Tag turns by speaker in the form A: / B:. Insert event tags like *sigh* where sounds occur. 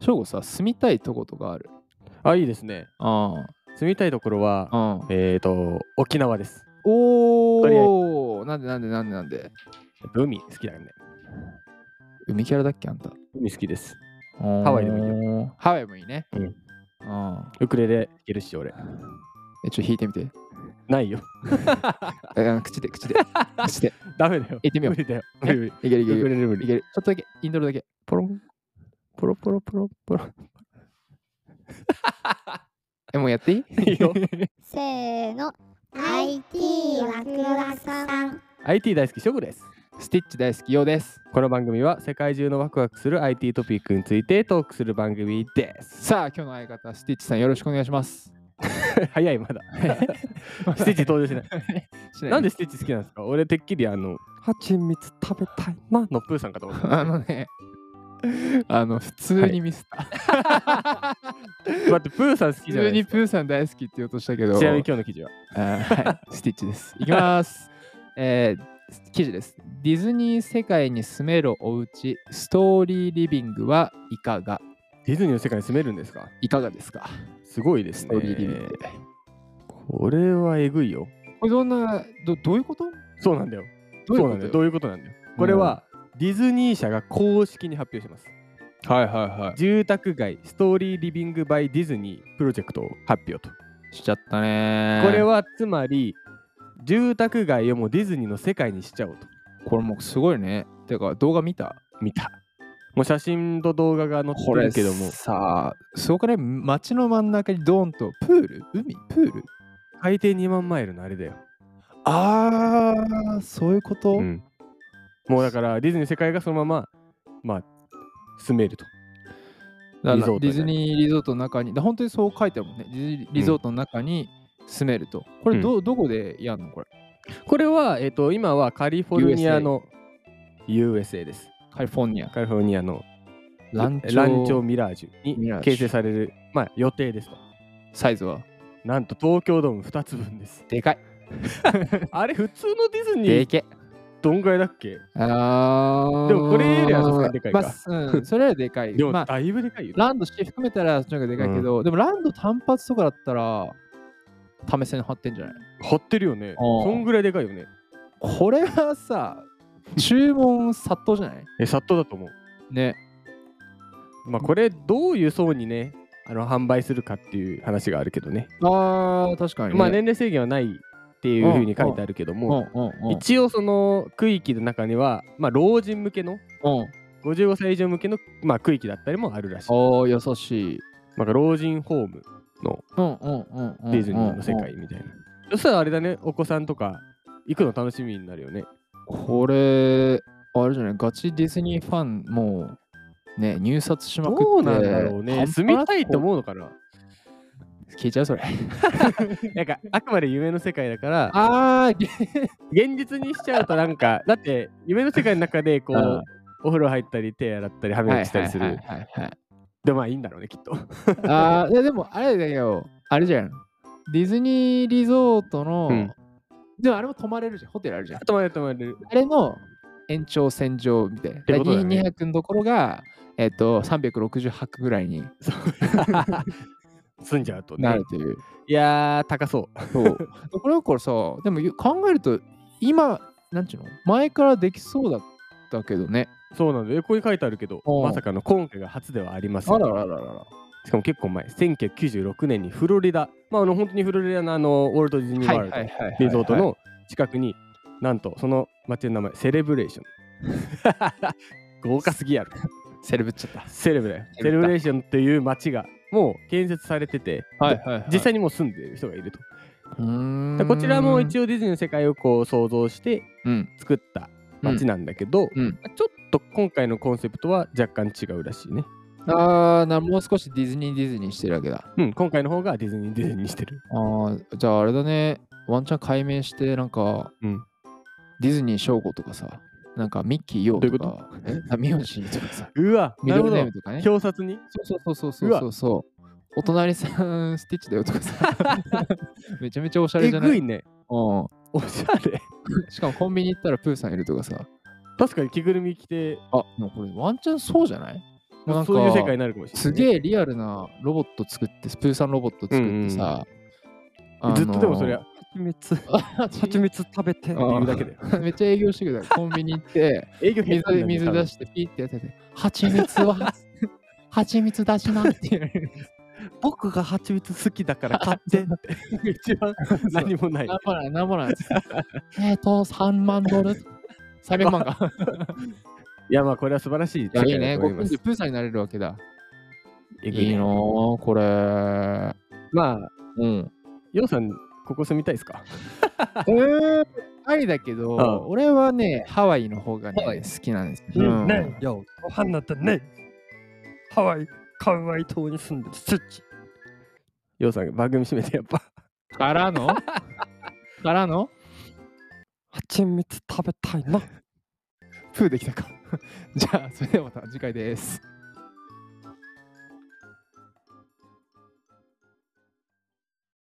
A: 翔吾さ住みたいとことかある
B: あいいですね
A: あ
B: 住みたいところは
A: あうん
B: えーと沖縄です
A: おおなんでなんでなんでなんで
B: やっぱ海好きだよね
A: 海キャラだっけあんた
B: 海好きです
A: ハ
B: ワイでもいい
A: よハワイもいいね
B: うん
A: ああ
B: ウクレレいけるし俺
A: えちょっと弾いてみて
B: *laughs* ないよ
A: えあの口で口
B: *laughs*
A: で口で
B: ダメだよ
A: 行ってみよう
B: 無理だよ無理無理
A: いけるいけ
B: ウ
A: る
B: クレレ無
A: い
B: 理
A: けるちょっとだけインドルだけ
B: ポロンポロポロポロポロ *laughs*
A: えもうやっていい
B: いいよ
C: せーの IT ワクワクさん
B: IT 大好きショグです
A: スティッチ大好きようです
B: この番組は世界中のワクワクする IT トピックについてトークする番組です *laughs*
A: さあ今日の相方スティッチさんよろしくお願いします
B: 早いま *laughs* だスティッチ登場しない
A: *laughs* しい
B: なんでスティッチ好きなんですか俺てっきりあの蜂蜜食べたいなのプーさんかと *laughs* 思った
A: あのねあの普通にミスった、
B: 待ってプーさん好き
A: 普
B: じゃ
A: 通
B: ないで
A: に
B: す
A: プーさん大好きって言おうとしたけど
B: かちなみに今日の記事は
A: あーはい、スティッチです。いきます。えー記事です。ディズニー世界に住めるお家ストーリーリビングはいかが
B: ディズニーの世界に住めるんですか
A: いかがですか
B: すごいです
A: ス
B: ね
A: トーリーリビングって。
B: これはえぐいよ
A: これどんな、どどういうこと
B: そうなんだよ
A: どういう
B: そ
A: こ
B: うなん
A: と
B: だ
A: よ
B: よどういうことなんだよこれはディズニー社が公式に発表します
A: はいはいは
B: 住宅街ストーリーリビングバイディズニープロジェクトを発表と
A: い。しちゃったね
B: これ、はつまり住宅街をもうディズニーの世界にしちゃおうと
A: これもうすごいね。てか動画見た
B: 見たもう写真と動画が載ってるけども
A: さあ、そこから街の真ん中にドーンとプール海プール
B: 海底2万マイルのあれだよ、
A: ああ、そういうこと、
B: うんもうだからディズニーの世界がそのまままあ住めると
A: だから
B: リゾート
A: ディ
B: みた
A: ズ
B: いな
A: ニーリゾートの中に、だ本当にそう書いてあるもんね。ディズニーリゾートの中に住めると。これど、どこでやるのこれ。
B: これは、えっと今はカリフォルニアの USA です
A: カリフォルニア。
B: カリフォルニアの
A: ランチョ
B: ランチョミラージュ
A: ミ
B: に
A: ラージュ
B: 形成される、まあ、予定ですと。
A: サイズは。
B: なんと東京ドーム2つ
A: *laughs*
B: 分です。
A: でかい。
B: あれ、普通のディズニ
A: で
B: ー
A: け。
B: どんぐらいだっけ
A: あー
B: でもこれよりはさすがにでかいか
A: まあうん、それよりでかい。
B: でも、
A: まあ、
B: だいぶでかいよ。
A: ランドして含めたらそっちの方がでかいけど、でもランド単発とかだったら、試せに張ってんじゃない
B: 張ってるよね。
A: あー
B: そんぐらいでかいよね。
A: これはさ、注文殺到じゃない
B: え、殺到だと思う。
A: ね。
B: まあ、これ、どういう層にね、あの販売するかっていう話があるけどね。
A: ああ、確かに、ね。
B: まあ、年齢制限はないっていうふうに書いてあるけど
A: うん
B: も、
A: うんうん。
B: 一応、その区域の中には、まあ、老人向けの、
A: うん
B: 55歳以上向けの、まあ、区域だったりもあるらしい。
A: おー、優しい。
B: なんか老人ホーム
A: うんうんうんうん
B: ディズニーの世界みたいな。そしたらあれだね、お子さんとか行くの楽しみになるよね。
A: これあれじゃないガチディズニーファンもうね入札しまくって
B: どうなんだろう
A: 半
B: ね。
A: 端
B: 住みたいと
A: な
B: 思うのかな
A: とこ聞いちゃうそれ
B: なんかあくまで夢の世界だから、
A: *laughs* あー
B: 現実にしちゃうとなんか、だって夢の世界の中でこ
A: うん
B: う、お風呂入ったり手洗ったり歯磨きしたりす
A: はい
B: る。
A: はいはいはい
B: で、まあいいんだろうね、きっと。
A: あーいやでもあれだよあれじゃんディズニーリゾートの、
B: うん
A: でもあれも泊まれるじゃんホテルあるじゃん
B: 泊まれる泊まれる。
A: あれの延長線上みたいな、
B: てことだよね
A: 2泊のところがえっ、と360泊ぐらいに
B: *laughs* 住んじゃうと
A: な
B: ね
A: る。という
B: いやー、高そう。
A: そう。これだからさ、でもよ考えると、今、なんちゅうの前からできそうだったけどね。
B: そうなんだよ。ここに書いてあるけど、
A: うん
B: まさかの今回が初ではありません
A: あ。ららららら。
B: しかも結構前、1996年にフロリダ、まあ、あの本当にフロリダのあのウォルト・ディズニー・ワールド、
A: い
B: リゾート。の近くに、なんとその街の名前、セレブレーション。 *laughs* 豪華すぎやろ。
A: セレブっちゃった。
B: セレブだよ。セレブレーションっていう街がもう建設されてて、
A: はい、はい
B: 実際にもう住んでいる人がいると。
A: うーん
B: でこちらも一
A: 応、
B: 応ディズニーの世界をこう想像して
A: うん。
B: 作った街なんだけど、
A: うんうん
B: まあちょっと今回のコンセプトは若干違うらしいね。
A: あーな、もう少しディズニーディズニーしてるわけだ。
B: うん、今回の方がディズニーディズニーしてる。
A: あーじゃああれだね、ワンチャン解明して、なんか、
B: うん
A: ディズニーショーゴとかさ、なんかミッキーヨーと
B: ど
A: か、えあミヨシーとかさ、
B: うわ、
A: ミ
B: なる
A: ド
B: ほ
A: ルネー
B: ど
A: ム。とかね。
B: 表札に
A: そうそうそうそうそうそうそう。お隣さん、スティッチだよとかさ。
B: *laughs*
A: めちゃめちゃおしゃれ
B: え
A: じゃない
B: ぐいね。
A: うん
B: おしゃれ。
A: しかもコンビニ行ったらプーさんいるとかさ。
B: 確かに着ぐるみ着て、
A: あ、でもこれワンチャンそうじゃないもうなんか
B: そういう世界になるかもしれない。
A: すげ
B: え。
A: えリアルなロボット作って、プーさんロボット作ってさ、あのー
B: ずっとでもそれ、は、蜂蜜、蜂蜜食べてっていうだけで。
A: めっちゃ営業してくれた。コンビニ行
B: *laughs*
A: って、
B: 営業
A: 水水出
B: し
A: してピーってやってて、蜂蜜
B: *laughs*
A: は、蜂蜜出しなって言われる。
B: 僕が蜂蜜好きだから買ってって一番何も
A: *laughs*
B: ない
A: なんぼなん、なんぼなん。えっと、3万ド
B: *laughs*
A: ル ?300 万か。
B: いやまあこれは素晴らしい
A: いや、いいね。
B: 世界だと
A: こう
B: 思ます
A: プーさんになれるわけだ。
B: えぐいね
A: いいのこれ。
B: まあ
A: うん。
B: ヨウさんここ住みたいですか
A: えー、ありだけど、
B: うん
A: 俺はね、ハワイの方がね、
D: ハワイ
A: 好きなんです。うん
D: ねえ、よ、お花だね。ハワイ、カワイ島に住んでるスッチ。
B: ヨウさん番組閉めてやっぱ
A: からのからの
D: 蜂蜜食べたいな。
A: *laughs* プーできたか。じゃあ、それではまた次回です。